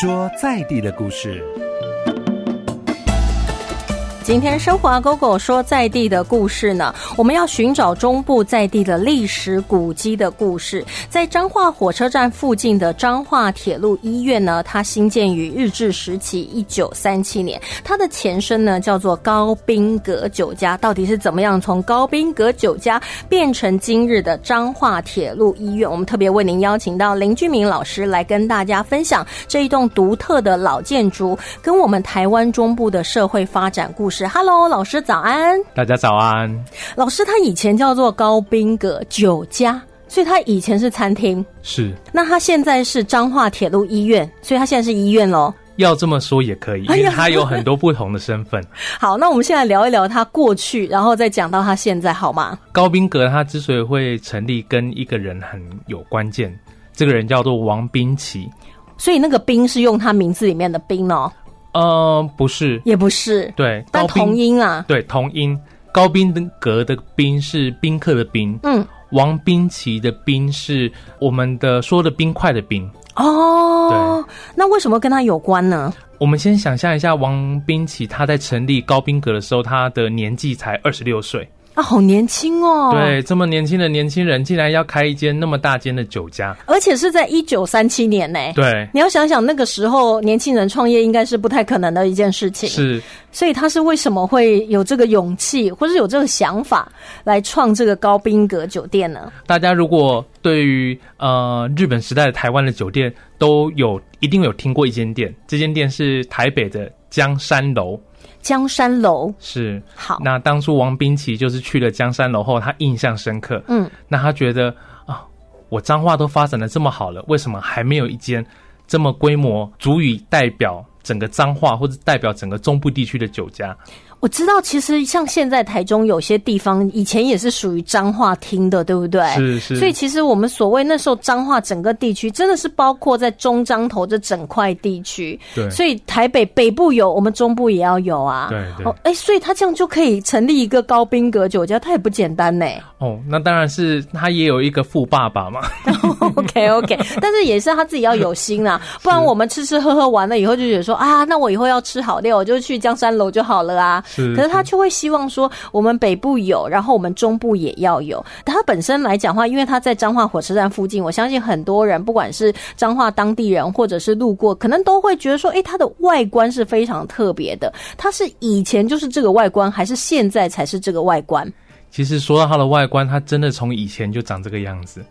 说在地的故事。今天生活啊 g o 说在地的故事呢，我们要寻找中部在地的历史古迹的故事。在彰化火车站附近的彰化铁路医院呢，它兴建于日治时期一九三七年，它的前身呢叫做高宾阁酒家。到底是怎么样从高宾阁酒家变成今日的彰化铁路医院？我们特别为您邀请到林俊明老师来跟大家分享这一栋独特的老建筑跟我们台湾中部的社会发展故事。Hello，老师早安。大家早安。老师他以前叫做高宾阁酒家，所以他以前是餐厅。是，那他现在是彰化铁路医院，所以他现在是医院喽。要这么说也可哎以，因为他有很多不同的身份。 好，那我们现在聊一聊他过去，然后再讲到他现在，好吗？高宾格他之所以会成立，跟一个人很有关键，这个人叫做王宾奇。所以那个“宾”是用他名字里面的“宾”哦，呃，不是，也不是，对，但高宾同音啊。对同音。高宾格的宾是宾客的宾，嗯，王宾奇的宾是我们的说的冰块的冰。哦，那为什么跟他有关呢？我们先想象一下，王宾奇他在成立高宾格的时候，他的年纪才二十六岁。啊，好年轻哦。，对，这么年轻的年轻人，竟然要开一间那么大间的酒家，而且是在一九三七年呢。对，你要想想，那个时候年轻人创业应该是不太可能的一件事情，是所以他是为什么会有这个勇气，或是有这个想法来创这个高宾格酒店呢？大家如果对于呃日本时代的台湾的酒店都有一定有听过一间店，这间店是台北的江山楼，江山楼，是。好，那当初王冰奇就是去了江山楼后，他印象深刻，嗯，那他觉得啊，我彰化都发展的这么好了，为什么还没有一间这么规模足以代表整个彰化或者代表整个中部地区的酒家？我知道，其实像现在台中有些地方以前也是属于彰化厅的，对不对？是是，哎所以其实我们所谓那时候彰化整个地区，真的是包括在中彰头这整块地区。对所以台北北部有，我们中部也要有啊。对对哦，哎、所以他这样就可以成立一个高宾格酒家，他也不简单 呢。哦，那当然是他也有一个富爸爸嘛， OK OK，但是也是他自己要有心啦，不然我们吃吃喝喝完了以后就觉得说啊，那我以后要吃好料，我就去江山楼就好了啊。是可是他却会希望说，我们北部有，然后我们中部也要有。他本身来讲话，因为他在彰化火车站附近，我相信很多人，不管是彰化当地人或者是路过，可能都会觉得说，诶，它的外观是非常特别的。它是以前就是这个外观，还是现在才是这个外观？其实说到它的外观，它真的从以前就长这个样子，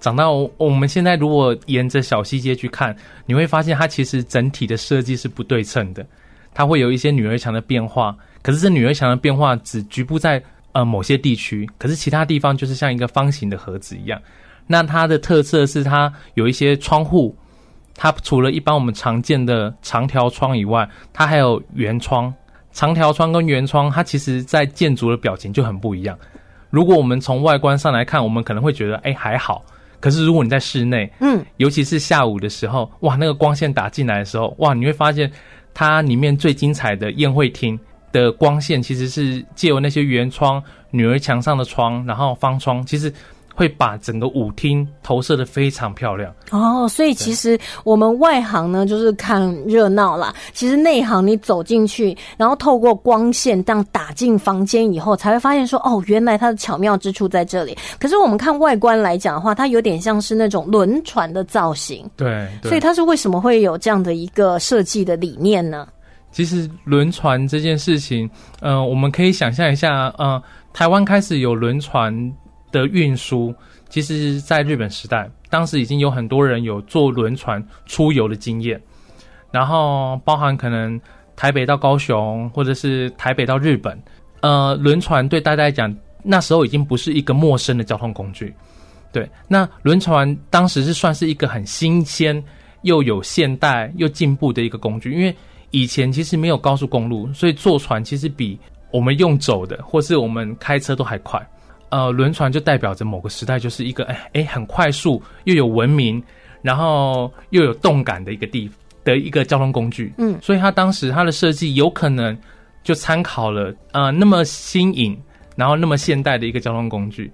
长到我们现在如果沿着小西街去看，你会发现它其实整体的设计是不对称的，它会有一些女儿墙的变化，可是这女儿墙的变化只局部在呃某些地区，可是其他地方就是像一个方形的盒子一样。那它的特色是它有一些窗户，它除了一般我们常见的长条窗以外，它还有圆窗。长条窗跟圆窗，它其实在建筑的表情就很不一样。如果我们从外观上来看，我们可能会觉得哎、还好，可是如果你在室内，嗯，尤其是下午的时候，哇，那个光线打进来的时候，哇，你会发现它里面最精彩的宴会厅的光线其实是借由那些圆窗、女儿墙上的窗，然后方窗，其实会把整个舞厅投射的非常漂亮。哦，所以其实我们外行呢，就是看热闹啦。其实内行你走进去，然后透过光线这样打进房间以后，才会发现说，哦，原来它的巧妙之处在这里。可是我们看外观来讲的话，它有点像是那种轮船的造型，对，所以它是为什么会有这样的一个设计的理念呢？其实轮船这件事情，呃，我们可以想象一下，呃，台湾开始有轮船的运输，其实在日本时代，当时已经有很多人有坐轮船出游的经验，然后包含可能台北到高雄，或者是台北到日本，呃，轮船对大家来讲，那时候已经不是一个陌生的交通工具。对，那轮船当时是算是一个很新鲜又有现代又进步的一个工具，因为以前其实没有高速公路，所以坐船其实比我们用走的或是我们开车都还快。呃，轮船就代表着某个时代，就是一个哎哎很快速又有文明，然后又有动感的一个地的一个交通工具。嗯，所以它当时它的设计有可能就参考了呃那么新颖，然后那么现代的一个交通工具，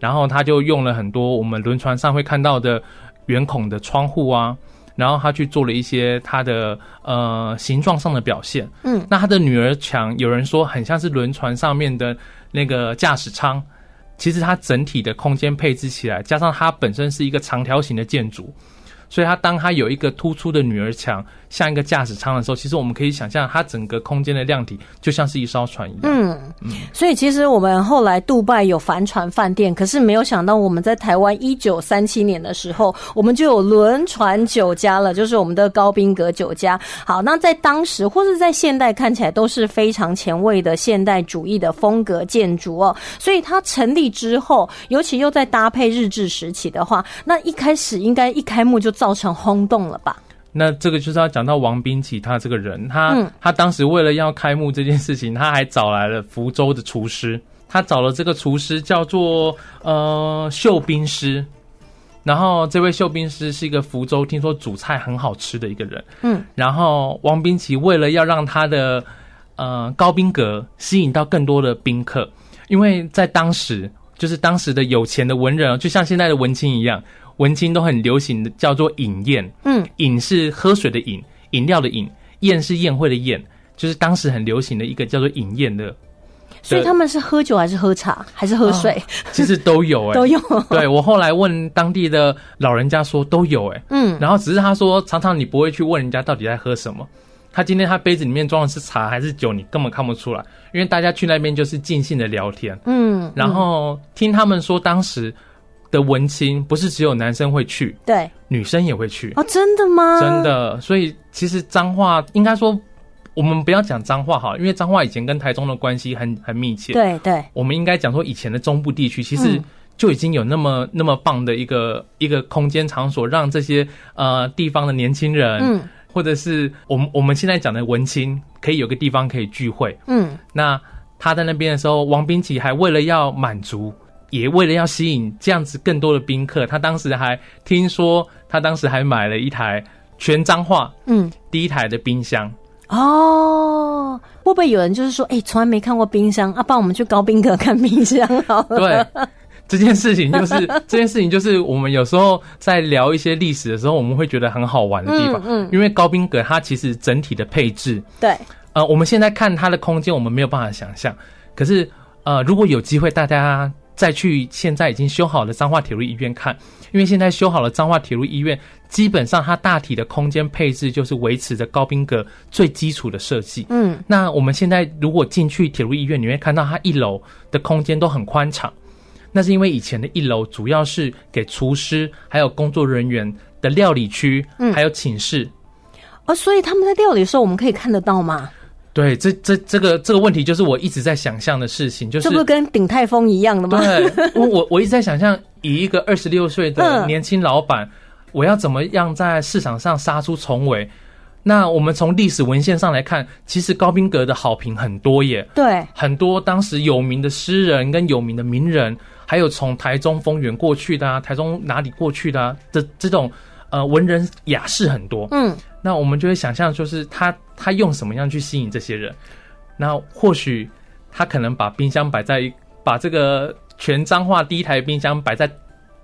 然后它就用了很多我们轮船上会看到的圆孔的窗户啊，然后他去做了一些他的呃形状上的表现。嗯，那他的女儿墙，有人说很像是轮船上面的那个驾驶舱。其实它整体的空间配置起来，加上它本身是一个长条形的建筑，所以它当它有一个突出的女儿墙，像一个驾驶舱的时候，其实我们可以想象它整个空间的量体就像是一艘船一样。嗯，所以其实我们后来杜拜有帆船饭店，可是没有想到我们在台湾一九三七年的时候，我们就有轮船酒家了，就是我们的高宾格酒家。好，那在当时或是在现代看起来都是非常前卫的现代主义的风格建筑哦，所以它成立之后，尤其又在搭配日治时期的话，那一开始应该一开幕就造成轰动了吧？那这个就是要讲到王冰奇他这个人，他、嗯他当时为了要开幕这件事情，他还找来了福州的厨师，他找了这个厨师叫做呃秀冰师，然后这位秀冰师是一个福州听说煮菜很好吃的一个人，嗯，然后王冰奇为了要让他的呃高宾格吸引到更多的宾客，因为在当时就是当时的有钱的文人，就像现在的文青一样，文青都很流行的叫做饮宴，嗯，饮是喝水的饮，饮料的饮，宴是宴会的宴，就是当时很流行的一个叫做饮宴 的，所以他们是喝酒还是喝茶还是喝水、其实都有哎、都有。对我后来问当地的老人家说都有哎、嗯，然后只是他说，常常你不会去问人家到底在喝什么。他今天他杯子里面装的是茶还是酒，你根本看不出来，因为大家去那边就是尽兴的聊天。嗯，然后听他们说，当时的文青不是只有男生会去，对。女生也会去，哦，真的吗？真。的。所以其实彰化应该说，我们不要讲彰化好了，因为彰化以前跟台中的关系很很密切。对对，我们应该讲说，以前的中部地区其实嗯就已经有那么那么棒的一个一个空间场所，让这些呃地方的年轻人，嗯或者是我们我们现在讲的文青，可以有个地方可以聚会。嗯，那他在那边的时候，王冰奇还为了要满足，也为了要吸引这样子更多的宾客，他当时还听说，他当时还买了一台全彰化嗯，第一台的 冰箱。哦，会不会有人就是说，哎、从来没看过冰箱啊？帮我们去高宾格看冰箱好了。对，这件事情就是 这件事情就是我们有时候在聊一些历史的时候，我们会觉得很好玩的地方。嗯嗯因为高宾格它其实整体的配置， 对，呃，我们现在看它的空间，我们没有办法想象。可是，呃，如果有机会，大家再去现在已经修好的彰化铁路医院看，因为现在修好了彰化铁路医院，基本上它大体的空间配置就是维持着高宾格最基础的设计。嗯那我们现在如果进去铁路医院，你会看到它一楼的空间都很宽敞，那是因为以前的一楼主要是给厨师还有工作人员的料理区，还有寝室。哦，所以他们在料理的时候，我们可以看得到吗？对，这这这个这个问题就是我一直在想象的事情，就是这不是跟鼎泰丰一样的吗？对， 我我我一直在想象，以一个二十六岁的嗯年轻老板，我要怎么样在市场上杀出重围？那我们从历史文献上来看，其实高宾格的好评很多耶，对，很多当时有名的诗人跟有名的名人，还有从台中丰原过去的啊，台中哪里过去的啊的这种呃文人雅士很多。嗯那我们就会想象，就是他他用什么样去吸引这些人？那或许他可能把冰箱摆在把这个全彰化第一台冰箱摆在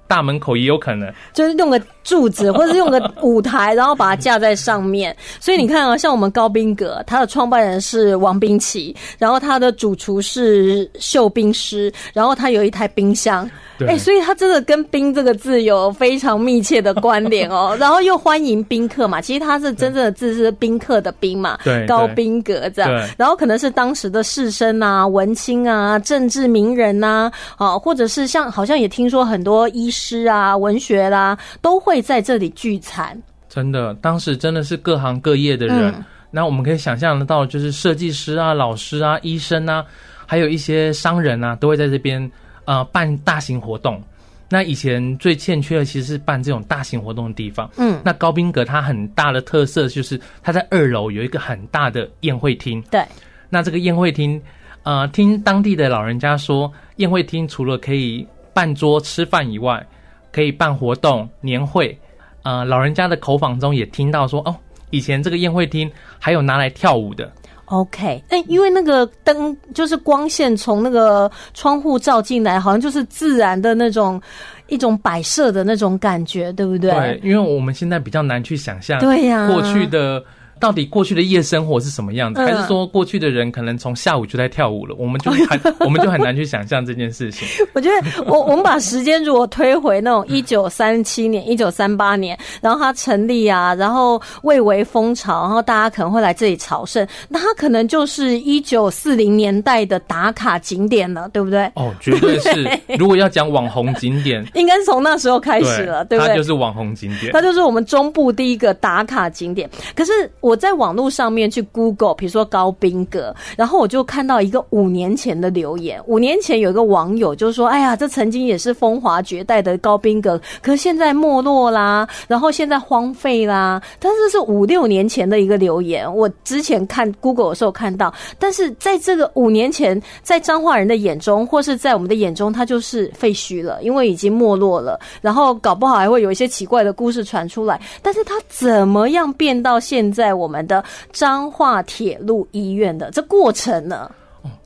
大门口也有可能。就是用个柱子或者用个舞台，然后把它架在上面。所以你看啊，像我们高宾格，他的创办人是王冰奇，然后他的主厨是秀冰师，然后他有一台冰箱。对哎、所以他真的跟“冰”这个字有非常密切的关联 哦。然后又欢迎宾客嘛，其实他是真正的字是宾客的宾嘛，对高对宾格这样对。然后可能是当时的士绅啊、文青啊、政治名人呐、啊，或者是像好像也听说很多医师啊、文学啦、都会在这里聚餐。真的，当时真的是各行各业的人。嗯那我们可以想象得到，就是设计师啊、老师啊、医生啊，还有一些商人啊，都会在这边呃办大型活动。那以前最欠缺的其实是办这种大型活动的地方。嗯，那高宾格它很大的特色就是它在二楼有一个很大的宴会厅。对，那这个宴会厅，呃，听当地的老人家说，宴会厅除了可以办桌吃饭以外，可以办活动、年会。呃，老人家的口访中也听到说，哦，以前这个宴会厅还有拿来跳舞的。 OK，哎、因为那个灯就是光线从那个窗户照进来，好像就是自然的那种一种摆设的那种感觉，对不对？对，因为我们现在比较难去想象对呀、过去的。到底过去的夜生活是什么样子？嗯还是说过去的人可能从下午就在跳舞了？我们就 很我们就很难去想象这件事情。我觉得我 我们把时间如果推回那种一九三七年、一九三八年，然后它成立啊，然后蔚为风潮，然后大家可能会来这里朝圣，那它可能就是一九四零年代的打卡景点了，对不对？哦，绝 对是。如果要讲网红景点，应该是从那时候开始了，对不它对？就是网红景点它。就是我们中部第一个打卡景点。可是我在网络上面去 Google，比如说高宾格，然后我就看到一个五年前的留言。五年前有一个网友就说：“哎呀，这曾经也是风华绝代的高宾格，可是现在没落啦，然后现在荒废啦。”但是是五六年前的一个留言，我之前看 Google 的时候看到，但是在这个五年前，在彰化人的眼中，或是在我们的眼中，它就是废墟了，因为已经没落了。然后搞不好还会有一些奇怪的故事传出来。但是它怎么样变到现在我们的彰化铁路医院的这过程呢？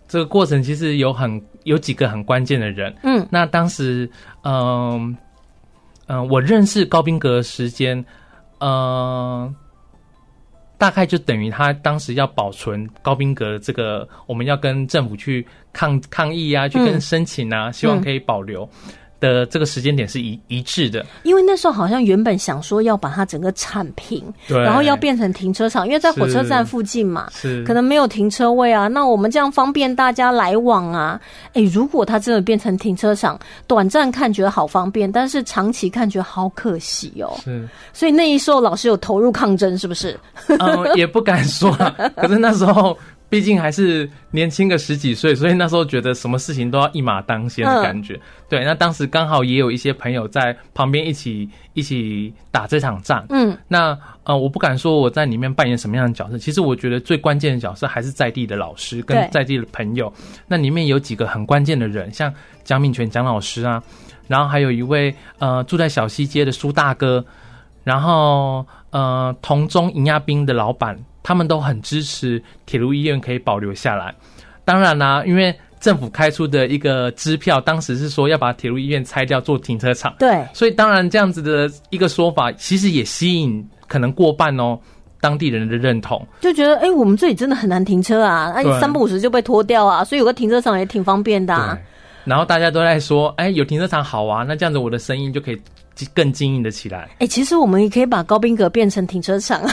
这个过程其实有很有几个很关键的人。嗯，那当时，嗯、嗯、我认识高宾格的时间，嗯、大概就等于他当时要保存高宾格这个，我们要跟政府去抗抗议啊，去跟嗯申请啊，希望可以保留的这个时间点是一一致的。因为那时候好像原本想说要把它整个铲平，对，然后要变成停车场，因为在火车是站附近嘛。是可能没有停车位啊，那我们这样方便大家来往啊。诶，如果它真的变成停车场，短暂看觉得好方便，但是长期看觉得好可惜哦。是。所以那一时候老师有投入抗争，是不是？嗯，也不敢说啊、可是那时候毕竟还是年轻个十几岁，所以那时候觉得什么事情都要一马当先的感觉。对，那当时刚好也有一些朋友在旁边一起一起打这场仗。嗯，那呃，我不敢说我在里面扮演什么样的角色。其实我觉得最关键的角色还是在地的老师对跟在地的朋友。那里面有几个很关键的人，像蒋敏全蒋老师啊，然后还有一位呃住在小西街的苏大哥，然后呃同中营亚兵的老板，他们都很支持铁路医院可以保留下来。当然啦、因为政府开出的一个支票，当时是说要把铁路医院拆掉做停车场。对，所以当然这样子的一个说法，其实也吸引可能过半哦当地人的认同。就觉得诶，我们这里真的很难停车啊，哎、对三不五时就被拖掉啊，所以有个停车场也挺方便的、啊。然后大家都在说，哎，有停车场好啊，那这样子我的生意就可以更经营的起来。哎、其实我们也可以把高宾格变成停车场，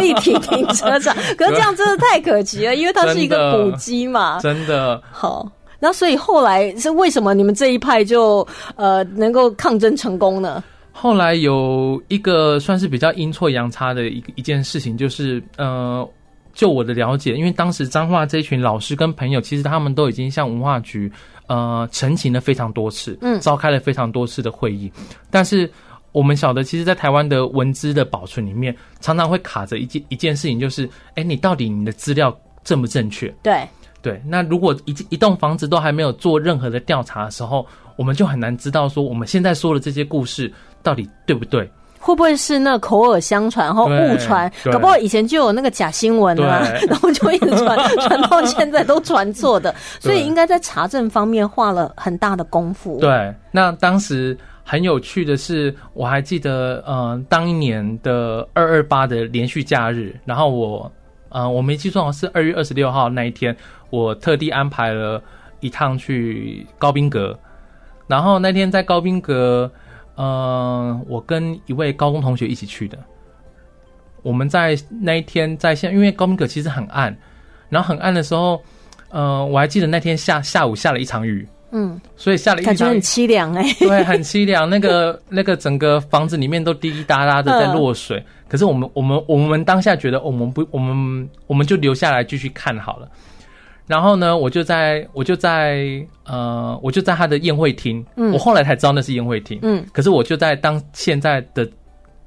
立体停车 场。可是这样真的太可惜了，因为它是一个真的古迹嘛。真的，好，那所以后来是为什么你们这一派就呃能够抗争成功呢？后来有一个算是比较阴错阳差的一一件事情，就是呃。就我的了解，因为当时彰化这一群老师跟朋友，其实他们都已经向文化局呃陈情了非常多次，嗯召开了非常多次的会议，但是我们晓得，其实，在台湾的文资的保存里面，常常会卡着一件一件事情，就是，哎，你到底你的资料正不正确？对，对，那如果一一栋房子都还没有做任何的调查的时候，我们就很难知道说我们现在说的这些故事到底对不对。会不会是那口耳相传，然后对误传？对搞不好以前就有那个假新闻啊，对 然后就一直传，传到现在都传错的，所以对应该在查证方面花了很大的功夫。，对，那当时很有趣的是，我还记得，呃，当一年的二二八的连续假日，然后我，呃，我没记错，好像是二月二十六号那一天，我特地安排了一趟去高宾格，然后那天在高宾格，呃，我跟一位高中同学一起去的。我们在那一天在现，因为高宾格其实很暗，然后很暗的时候，呃，我还记得那天下下午下了一场雨，嗯，所以下了一感觉场雨很凄凉 哎、对，很凄凉。那 个那个整个房子里面都滴滴答答的在落水。可是我们我们我们当下觉得，哦我们不我们我们就留下来继续看好了。然后呢，我就在我就在呃，我就在他的宴会厅。嗯我后来才知道那是宴会厅。嗯，可是我就在当现在的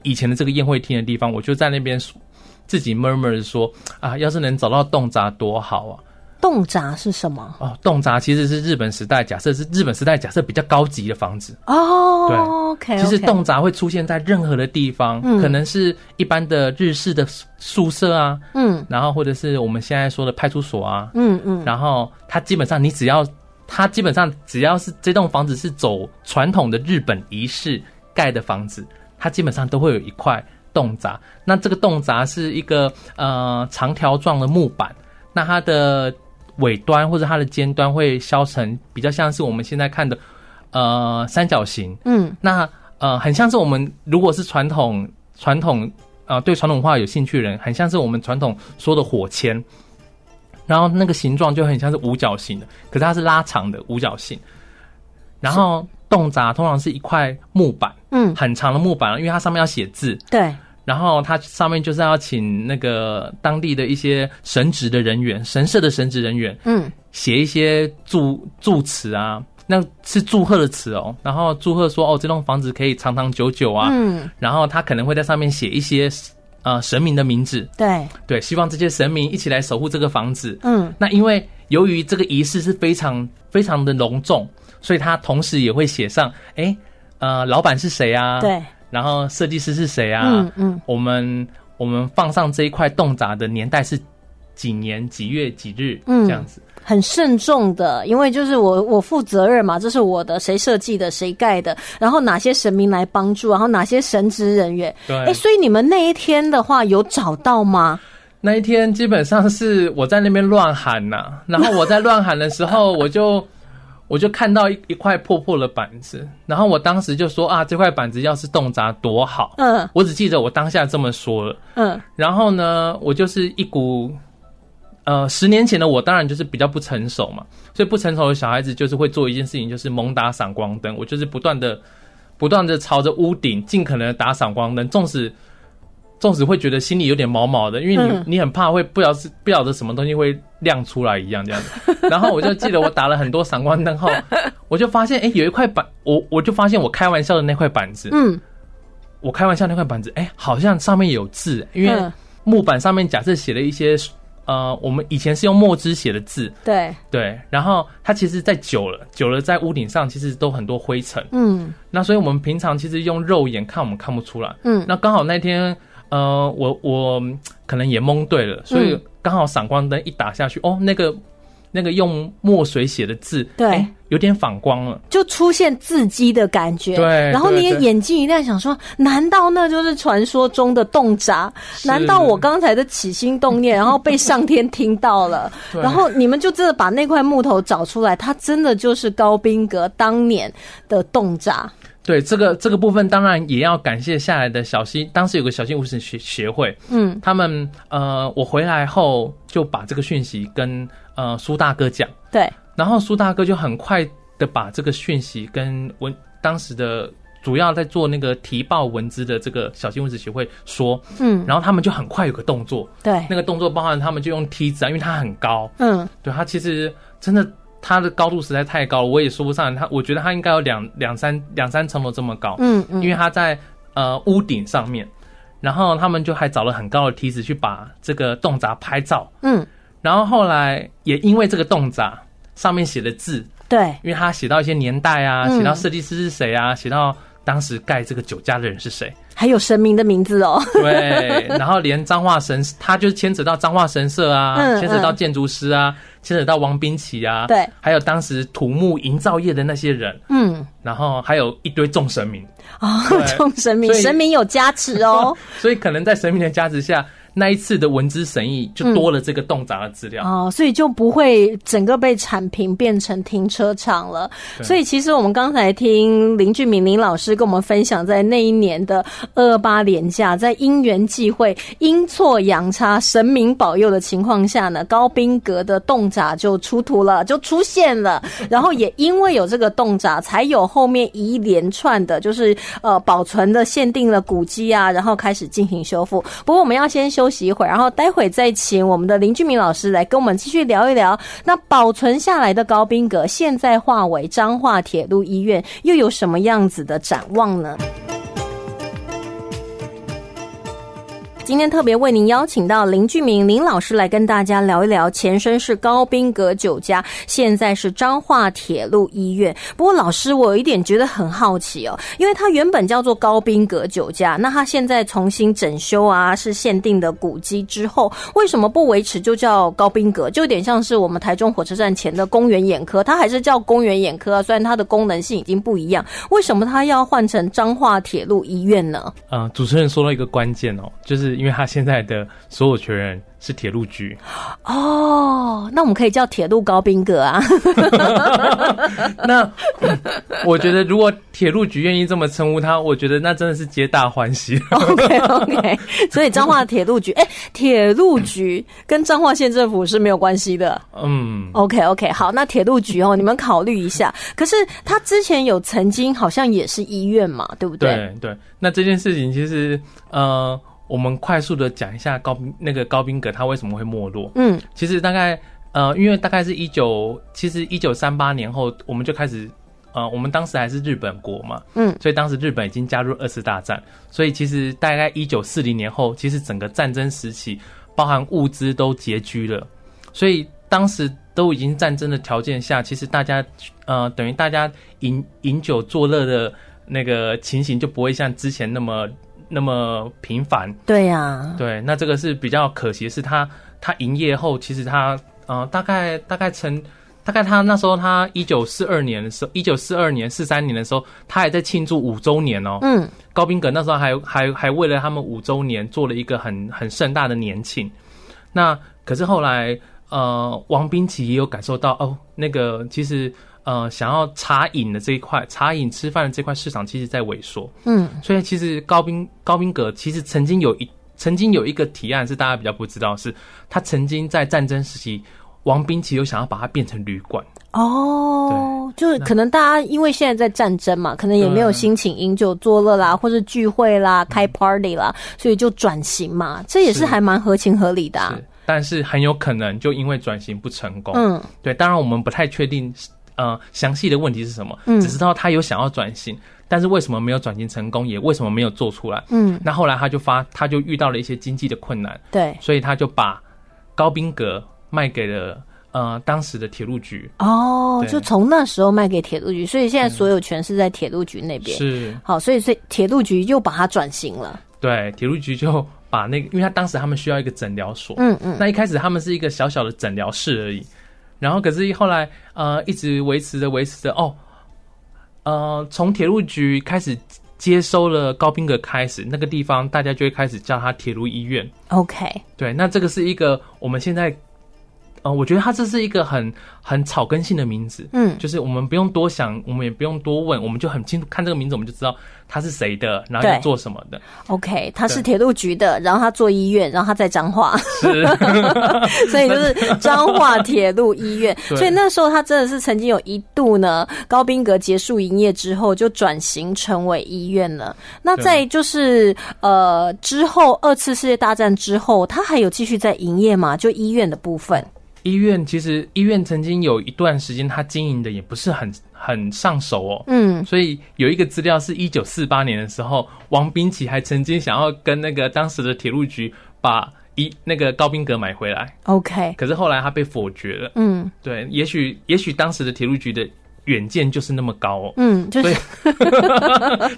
以前的这个宴会厅的地方，我就在那边说自己 murmur 说啊，要是能找到洞闸多好啊！洞闸是什么？哦，洞闸其实是日本时代，假设是日本时代假设比较高级的房子。对哦，OK，其实洞闸会出现在任何的地方，嗯可能是一般的日式的宿舍啊，嗯然后或者是我们现在说的派出所啊，嗯嗯，然后它基本上你只要它基本上只要是这栋房子是走传统的日本仪式盖的房子，它基本上都会有一块洞闸。那这个洞闸是一个呃长条状的木板，那它的尾端或者它的尖端会削成比较像是我们现在看的呃三角形。嗯那呃，很像是我们如果是传统传统啊、呃对传统文化有兴趣的人，很像是我们传统说的火签，然后那个形状就很像是五角形的，可是它是拉长的五角形，然后洞闸通常是一块木板，嗯，很长的木板，因为它上面要写字，对，然后它上面就是要请那个当地的一些神职的人员，神社的神职人员嗯写一些祝祝词啊，那是祝贺的词哦。然后祝贺说哦，这栋房子可以长长久久啊。嗯，然后他可能会在上面写一些呃神明的名字，对，对，希望这些神明一起来守护这个房子。嗯那因为由于这个仪式是非常非常的隆重，所以他同时也会写上，哎，呃，老板是谁啊？，对，然后设计师是谁啊？嗯嗯我们我们放上这一块洞闸的年代是几年几月几日嗯这样子。很慎重的，因为就是我我负责任嘛，这是我的，谁设计的，谁盖的，然后哪些神明来帮助，然后哪些神职人员，对，哎、所以你们那一天的话有找到吗？那一天基本上是我在那边乱喊呐、然后我在乱喊的时候，我就 我就看到一一块破破的板子，然后我当时就说啊，这块板子要是洞闸多好。嗯我只记得我当下这么说了。嗯，然后呢，我就是一股，呃，十年前的我当然就是比较不成熟嘛，所以不成熟的小孩子就是会做一件事情，就是猛打闪光灯。我就是不断的、不断的朝着屋顶尽可能地打闪光灯，纵使纵使会觉得心里有点毛毛的，因为你、嗯你很怕会不晓得是不晓得什么东西会亮出来一样这样子。然后我就记得我打了很多闪光灯后，我就发现哎、诶有一块板，我我就发现我开玩笑的那块板子，嗯，我开玩笑那块板子，哎、好像上面有字，因为嗯木板上面假设写了一些，呃，我们以前是用墨汁写的字，对，对，然后它其实在久了，久了在屋顶上其实都很多灰尘，嗯那所以我们平常其实用肉眼看我们看不出来，嗯那刚好那天，呃，我我嗯可能也蒙对了，所以嗯刚好闪光灯一打下去，哦，那个那个用墨水写的字，对哎有点反光了，就出现字迹的感觉，对然后你对也对眼睛一亮，想说，难道那就是传说中的洞闸？是难道我刚才的起心动 念，然后被上天听到了？对然后你们就真的把那块木头找出来，它真的就是高宾格当年的洞闸。对这个这个部分，当然也要感谢下来的小溪，当时有个小溪无神学协会，嗯他们呃，我回来后就把这个讯息跟呃苏大哥讲，对，然后苏大哥就很快的把这个讯息跟文当时的主要在做那个提报文资的这个小溪文史协会说，嗯，然后他们就很快有个动作，对，那个动作包含他们就用梯子啊，因为它很高，嗯对它其实真的它的高度实在太高了，我也说不上它，我觉得它应该有两两三两三层楼这么高，嗯嗯，因为它在呃屋顶上面，然后他们就还找了很高的梯子去把这个洞闸拍照，嗯然后后来也因为这个洞闸上面写的字，对，因为它写到一些年代啊，嗯写到设计师是谁啊，写到当时盖这个酒家的人是谁，还有神明的名字哦。对，然后连彰化神，他就牵扯到彰化神社啊，嗯牵扯到建筑师啊，牵扯到王冰奇啊，对，还有当时土木营造业的那些人，嗯然后还有一堆众神明，哦， 对众神明，所以神明有加持哦。 所以可能在神明的加持下，那一次的文资神意就多了这个洞闸的资料。哦，所以就不会整个被铲平变成停车场了。对所以其实我们刚才听林俊明林老师跟我们分享，在那一年的二二八年假，在因缘际会、阴错阳差、神明保佑的情况下呢，高宾格的洞闸就出土了，就出现了。然后也因为有这个洞闸，才有后面一连串的，就是呃保存的限定了古迹啊，然后开始进行修复。不过我们要先休息一会儿，然后待会再请我们的林俊明老师来跟我们继续聊一聊，那保存下来的高宾格现在化为彰化铁路医院，又有什么样子的展望呢？今天特别为您邀请到林俊明林老师来跟大家聊一聊，前身是高宾阁酒家，现在是彰化铁路医院。不过老师，我有一点觉得很好奇哦，因为它原本叫做高宾阁酒家，那它现在重新整修啊，是限定的古迹之后，为什么不维持就叫高宾阁？就有点像啊是我们台中火车站前的公园眼科，它还是叫公园眼科啊，虽然它的功能性已经不一样，为什么它要换成彰化铁路医院呢？呃，主持人说到一个关键哦，就是因为他现在的所有权人是铁路局，哦，那我们可以叫铁路高宾阁 啊。那、嗯我觉得如果铁路局愿意这么称呼他，我觉得那真的是皆大欢喜。 OK OK，所以彰化铁路局，哎、铁路局跟彰化县政府是没有关系的。 嗯， OK OK，好，那铁路局哦，你们考虑一下。可是他之前有曾经好像也是医院嘛，对不对？对对，那这件事情其实呃，我们快速的讲一下高那个高宾格他为什么会没落。嗯，其实大概呃，因为大概是一九，其实一九三八年后我们就开始，呃，我们当时还是日本国嘛，嗯，所以当时日本已经加入二次大战，所以其实大概一九四零年后，其实整个战争时期，包含物资都拮据了，所以当时都已经战争的条件下，其实大家呃等于大家饮饮酒作乐的那个情形就不会像之前那么那么频繁，对啊呀、对，那这个是比较可惜，是他他营业后，其实他呃大概大概成大概他那时候他一九四二年的时候，一九四二年四三年的时候，他还在庆祝五周年哦。嗯，高宾格那时候还还还为了他们五周年做了一个很很盛大的年庆。那可是后来呃，王冰奇也有感受到哦，那个其实呃想要茶饮的这一块，茶饮吃饭的这块市场其实在萎缩。嗯，所以其实高宾高宾格其实曾经有一曾经有一个提案是大家比较不知道的是，他曾经在战争时期，王兵奇有想要把它变成旅馆，哦，就是可能大家因为现在在战争嘛，可能也没有心情饮酒作乐啦，或者聚会啦、开 party 啦，所以就转型嘛，这也嗯是是还蛮合情合理的、啊是。但是很有可能就因为转型不成功。嗯，对，当然我们不太确定呃详细的问题是什么，嗯只知道他有想要转型，但是为什么没有转型成功，也为什么没有做出来？嗯，那后来他就发，他就遇到了一些经济的困难，对。所以他就把高宾格卖给了呃当时的铁路局。哦，对就从那时候卖给铁路局，所以现在所有权是在铁路局那边。是，好，所以所以铁路局又把它转型了。对，铁路局就把那个，因为他当时他们需要一个诊疗所，嗯嗯，那一开始他们是一个小小的诊疗室而已，然后可是后来呃一直维持着维持着哦，呃从铁路局开始接收了高宾格开始，那个地方大家就会开始叫它铁路医院。 OK，对，那这个是一个我们现在，呃，我觉得它这是一个很很草根性的名字，嗯，就是我们不用多想，我们也不用多问，我们就很清楚看这个名字，我们就知道它是谁的，然后对要做什么的。 OK，他是对铁路局的，然后他做医院，然后他在彰化， 是，所以就是彰化铁路医 院。对所以那时候他真的是曾经有一度呢，高宾格结束营业之后就转型成为医院了。那在就是呃之后二次世界大战之后，他还有继续在营业嘛？就医院的部分。医院其实医院曾经有一段时间，它经营的也不是很很上手哦。嗯，所以有一个资料是一九四八年的时候，王冰奇还曾经想要跟那个当时的铁路局把一那个高宾格买回来， OK，可是后来他被否决了。嗯对，也许也许当时的铁路局的远见就是那么高哦。嗯，就是对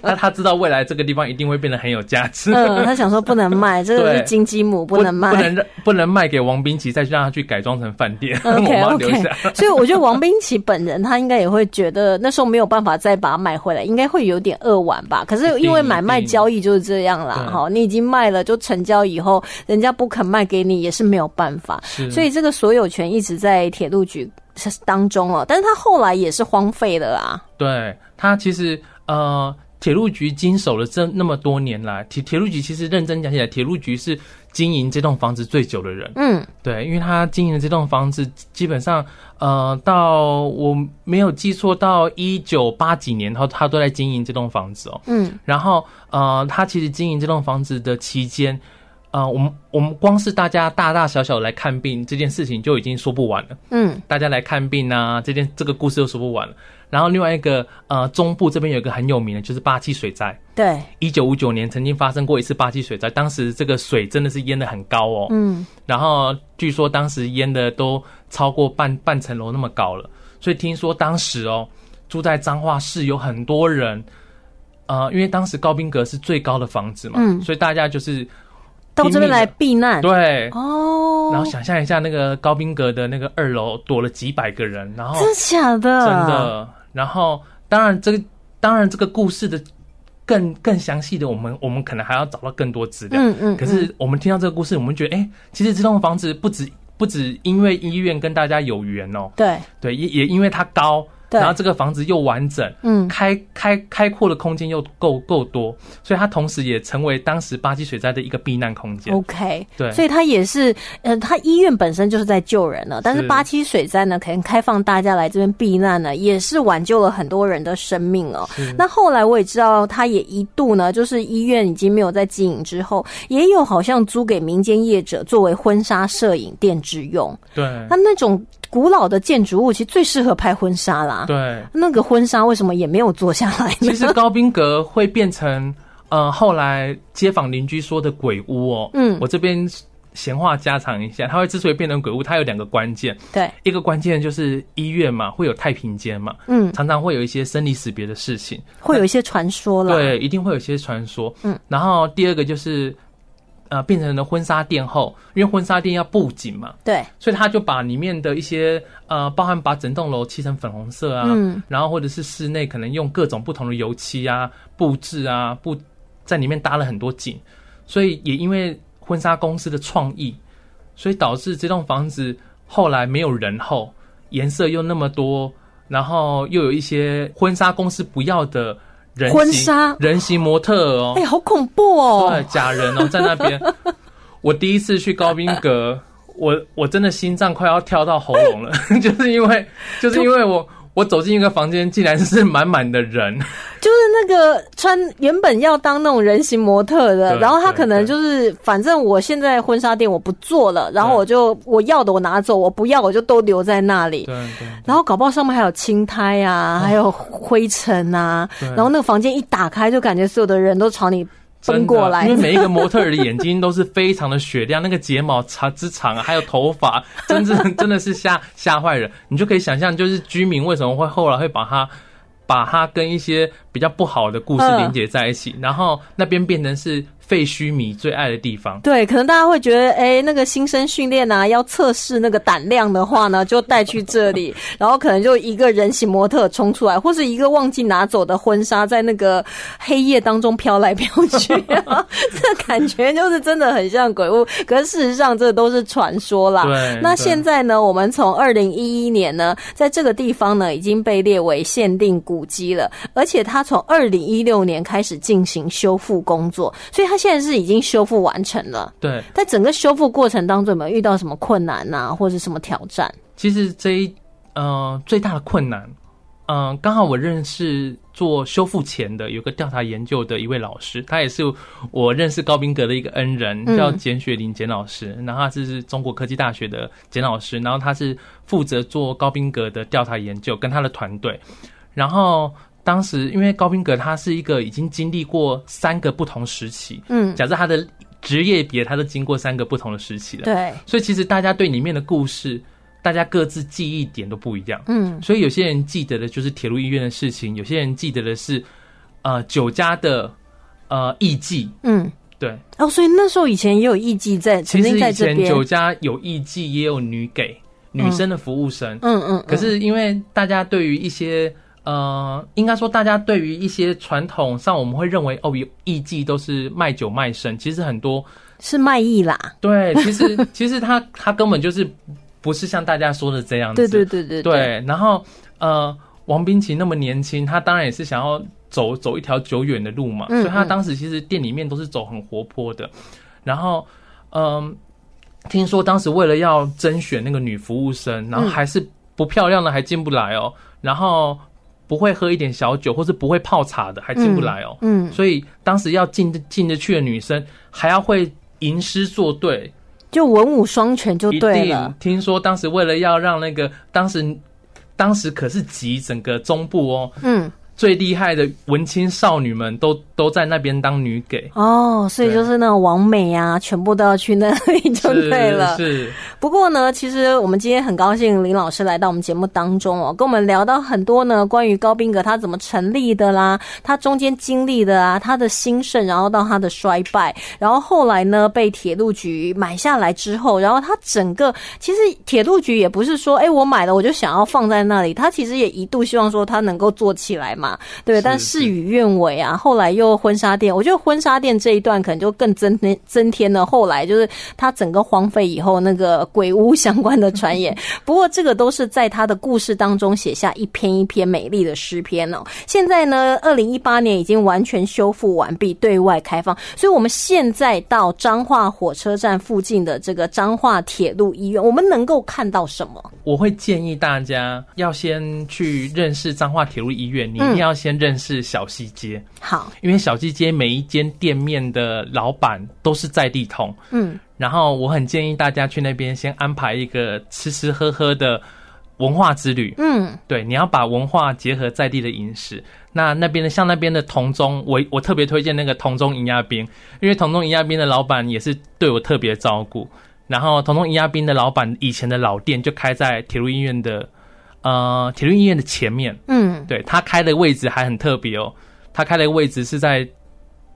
那他知道未来这个地方一定会变得很有价值，嗯，他想说不能卖，这个是 对金鸡母， 不不能卖，不能让不能卖给王冰奇，再让他去改装成饭店， 我们 OK 要留 OK，下。嗯 所以我觉得王冰奇本人他应该也会觉得那时候没有办法再把它买回来，应该会有点扼腕吧。可是因为买卖交易就是这样一定啦，对哈，你已经卖了就成交以后，人家不肯卖给你也是没有办法。是所以这个所有权一直在铁路局当中哦，但是他后来也是荒废了啊。对他其实呃，铁路局经手了这那么多年来，铁铁路局其实认真讲起来，铁路局是经营这栋房子最久的人。嗯，对，因为他经营的这栋房子基本上呃，到我没有记错，到一九八几年后，他都在经营这栋房子哦。嗯，然后呃，他其实经营这栋房子的期间。呃，我们我们光是大家大大小小来看病这件事情就已经说不完了。嗯，大家来看病啊，这件这个故事又说不完了。然后另外一个呃中部这边有一个很有名的，就是八七水灾。对，一九五九年曾经发生过一次八七水灾，当时这个水真的是淹的很高哦，嗯，然后据说当时淹的都超过半半层楼那么高了，所以听说当时哦住在彰化市有很多人，呃，因为当时高宾格是最高的房子嘛，嗯所以大家就是到这边来避难。对，哦，然后想象一下那个高宾格的那个二楼躲了几百个人，然后真的假的？哦真，的。然后，当然这个，当然这个故事的更更详细的，我们我们可能还要找到更多资料。嗯嗯。可是我们听到这个故事，我们觉得，哎、其实这栋房子不止不止因为医院跟大家有缘哦、嗯对对，也也因为它高，对然后这个房子又完整，嗯开开开阔的空间又够够多，所以它同时也成为当时巴西水灾的一个避难空间。 ，OK，对所以他也是，呃，他医院本身就是在救人了，但是是八七水灾呢，可能开放大家来这边避难呢，也是挽救了很多人的生命哦。那后来我也知道，他也一度呢，就是医院已经没有在经营之后，也有好像租给民间业者作为婚纱摄影店之用。对那那种古老的建筑物，其实最适合拍婚纱啦。对，那个婚纱为什么也没有做下来呢 其？实高宾格会变成，呃，后来街坊邻居说的鬼屋哦。嗯我这边闲话家常一下，它会之所以变成鬼屋，它有两个关键，对，一个关键就是医院嘛，会有太平间嘛，嗯，常常会有一些生离死别的事情，会有一些传说啦。对，一定会有一些传说。嗯，然后第二个就是，呃，变成了婚纱店后，因为婚纱店要布景嘛，对所以他就把里面的一些呃，包含把整栋楼漆成粉红色啊，嗯然后或者是室内可能用各种不同的油漆啊、布置啊，布在里面搭了很多景，所以也因为婚纱公司的创意，所以导致这栋房子后来没有人后，颜色又那么多，然后又有一些婚纱公司不要的人形婚纱人形模特儿哦，哎、好恐怖对，哦！假人哦，在那 边。我第一次去高宾 格，我我真的心脏快要跳到喉咙了， 就是因为就是因为我我走进一个房间，竟然是满满的人，就是那个穿原本要当那种人形模特的，对然后他可能对对就是，反正我现在婚纱店我不做了，然后对我就我要的我拿走，我不要我就都留在那里对。对然后搞不好上面还有青苔啊，还有灰尘啊，对然后那个房间一打开，就感觉所有的人都朝你奔过来因，为每一个模特儿的眼睛都是非常的雪亮，那个睫毛长之长，还有头发，真正真的是 吓吓坏人。你就可以想象，就是居民为什么会后来会把它把它跟一些比较不好的故事嗯连接在一起，然后那边变成是废墟迷最爱的地方。对，可能大家会觉得，哎，那个新生训练啊，要测试那个胆量的话呢，就带去这里， 然后可能就一个人形模特冲出来，或是一个忘记拿走的婚纱在那个黑夜当中飘来飘去、啊，这感觉就是真的很像鬼屋。可是事实上，这都是传说啦。对那对现在呢，我们从二零一一年呢，在这个地方呢已经被列为限定古迹了，而且它从二零一六年开始进行修复工作，所以它现在是已经修复完成了。对，在整个修复过程当中，有没有遇到什么困难呐、或者什么挑战？其实这一呃最大的困难，嗯、刚好我认识做修复前的有个调查研究的一位老师，他也是我认识高宾格的一个恩人，嗯叫简雪玲简老师，然后他是中国科技大学的简老师，然后他是负责做高宾格的调查研究，跟他的团队，然后。当时，因为高宾格他是一个已经经历过三个不同时期，嗯，假设他的职业别他都经过三个不同的时期了，对，所以其实大家对里面的故事，大家各自记忆点都不一样。嗯，所以有些人记得的就是铁路医院的事情，有些人记得的是呃酒家的呃艺妓。嗯，对，哦，所以那时候以前也有艺妓在，曾其实经在以这前边，酒家有艺妓，也有女给女生的服务生。嗯嗯，可嗯是因为大家对于一些呃，应该说大家对于一些传统上，我们会认为哦，有艺妓都是卖酒卖身，其实很多是卖艺啦，对，其实 其实他他根本就是不是像大家说的这样子。对对对对，嗯对，然后呃，王冰琪那么年轻，他当然也是想要走走一条久远的路嘛，嗯所以他嗯当时其实店里面都是走很活泼的。然后，嗯、听说当时为了要甄选那个女服务生，然后嗯还是不漂亮的还进不来哦，然后不会喝一点小酒或是不会泡茶的还进不来哦，嗯，所以当时要进进得去的女生还要会吟诗作对，就文武双全就一对定了，听说当时为了要让那个当时当时可是集整个中部哦嗯，最厉害的文青少女们都都在那边当女给，哦，所以对就是那种王美啊，全部都要去那里就是对了。是，不过呢，其实我们今天很高兴林老师来到我们节目当中哦，跟我们聊到很多呢关于高宾格他怎么成立的啦，他中间经历的啊，他的兴盛，然后到他的衰败，然后后来呢被铁路局买下来之后，然后他整个其实铁路局也不是说哎我买了我就想要放在那里，他其实也一度希望说他能够做起来嘛，对，是但是事与愿违啊，后来又婚纱店，我觉得婚纱店这一段可能就更增添增添了后来就是他整个荒废以后那个鬼屋相关的传言。不过这个都是在他的故事当中写下一篇一篇美丽的诗篇哦。现在呢，二零一八年已经完全修复完毕，对外开放，所以我们现在到彰化火车站附近的这个彰化铁路医院，我们能够看到什么？我会建议大家要先去认识彰化铁路医院，你一嗯定要先认识小西街，好，因为小西街每一间店面的老板都是在地通，嗯，然后我很建议大家去那边先安排一个吃吃喝喝的文化之旅。嗯，对，你要把文化结合在地的饮食。那那边的像那边的同中，我我特别推荐那个同中银亚冰，因为同中银亚冰的老板也是对我特别照顾。然后同中银亚冰的老板以前的老店就开在铁路医院的呃铁路医院的前面，嗯，对他开的位置还很特别哦，他开的位置是在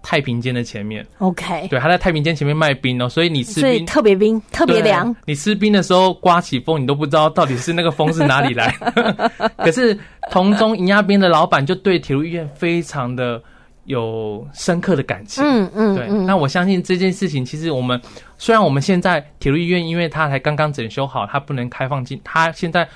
太平间的前面， ，OK，对，他在太平间前面卖冰哦，所以你吃所以冰特别冰，特别对凉，。你吃冰的时候刮起风，你都不知道到底是那个风是哪里来。 可是同中银亚冰的老板就对铁路医院非常的有深刻的感情。嗯嗯对，嗯，那我相信这件事情，其实我们虽然我们现在铁路医院，因为它才刚刚整修好，它不能开放进，它现在，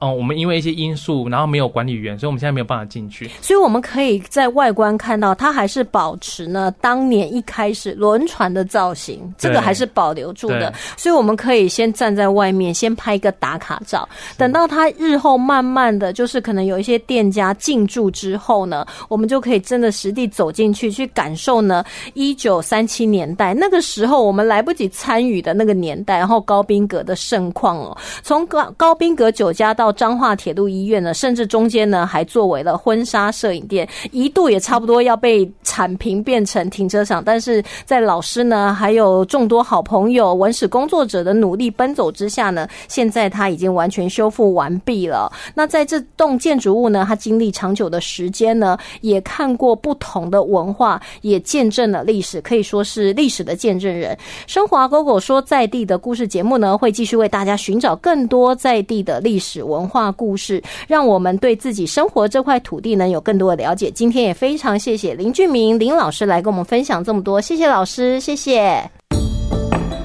嗯、我们因为一些因素，然后没有管理员，所以我们现在没有办法进去。所以我们可以在外观看到，它还是保持呢当年一开始轮船的造型，这个对还是保留住的对。所以我们可以先站在外面，先拍一个打卡照。等到它日后慢慢的就是可能有一些店家进驻之后呢，我们就可以真的实地走进去，去感受呢一九三七年代那个时候我们来不及参与的那个年代，然后高宾格的盛况哦。从高高宾格酒家到彰化铁路医院呢，甚至中间呢还作为了婚纱摄影店，一度也差不多要被铲平变成停车场。但是在老师呢，还有众多好朋友、文史工作者的努力奔走之下呢，现在它已经完全修复完毕了。那在这栋建筑物呢，它经历长久的时间呢，也看过不同的文化，也见证了历史，可以说是历史的见证人。生活啊 g o 说在地的故事节目呢，会继续为大家寻找更多在地的历史文化故事，让我们对自己生活这块土地呢有更多的了解。今天也非常谢谢林俊明林老师来跟我们分享这么多，谢谢老师，谢谢。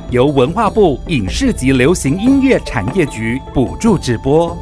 由文化部影视及流行音乐产业局补助直播。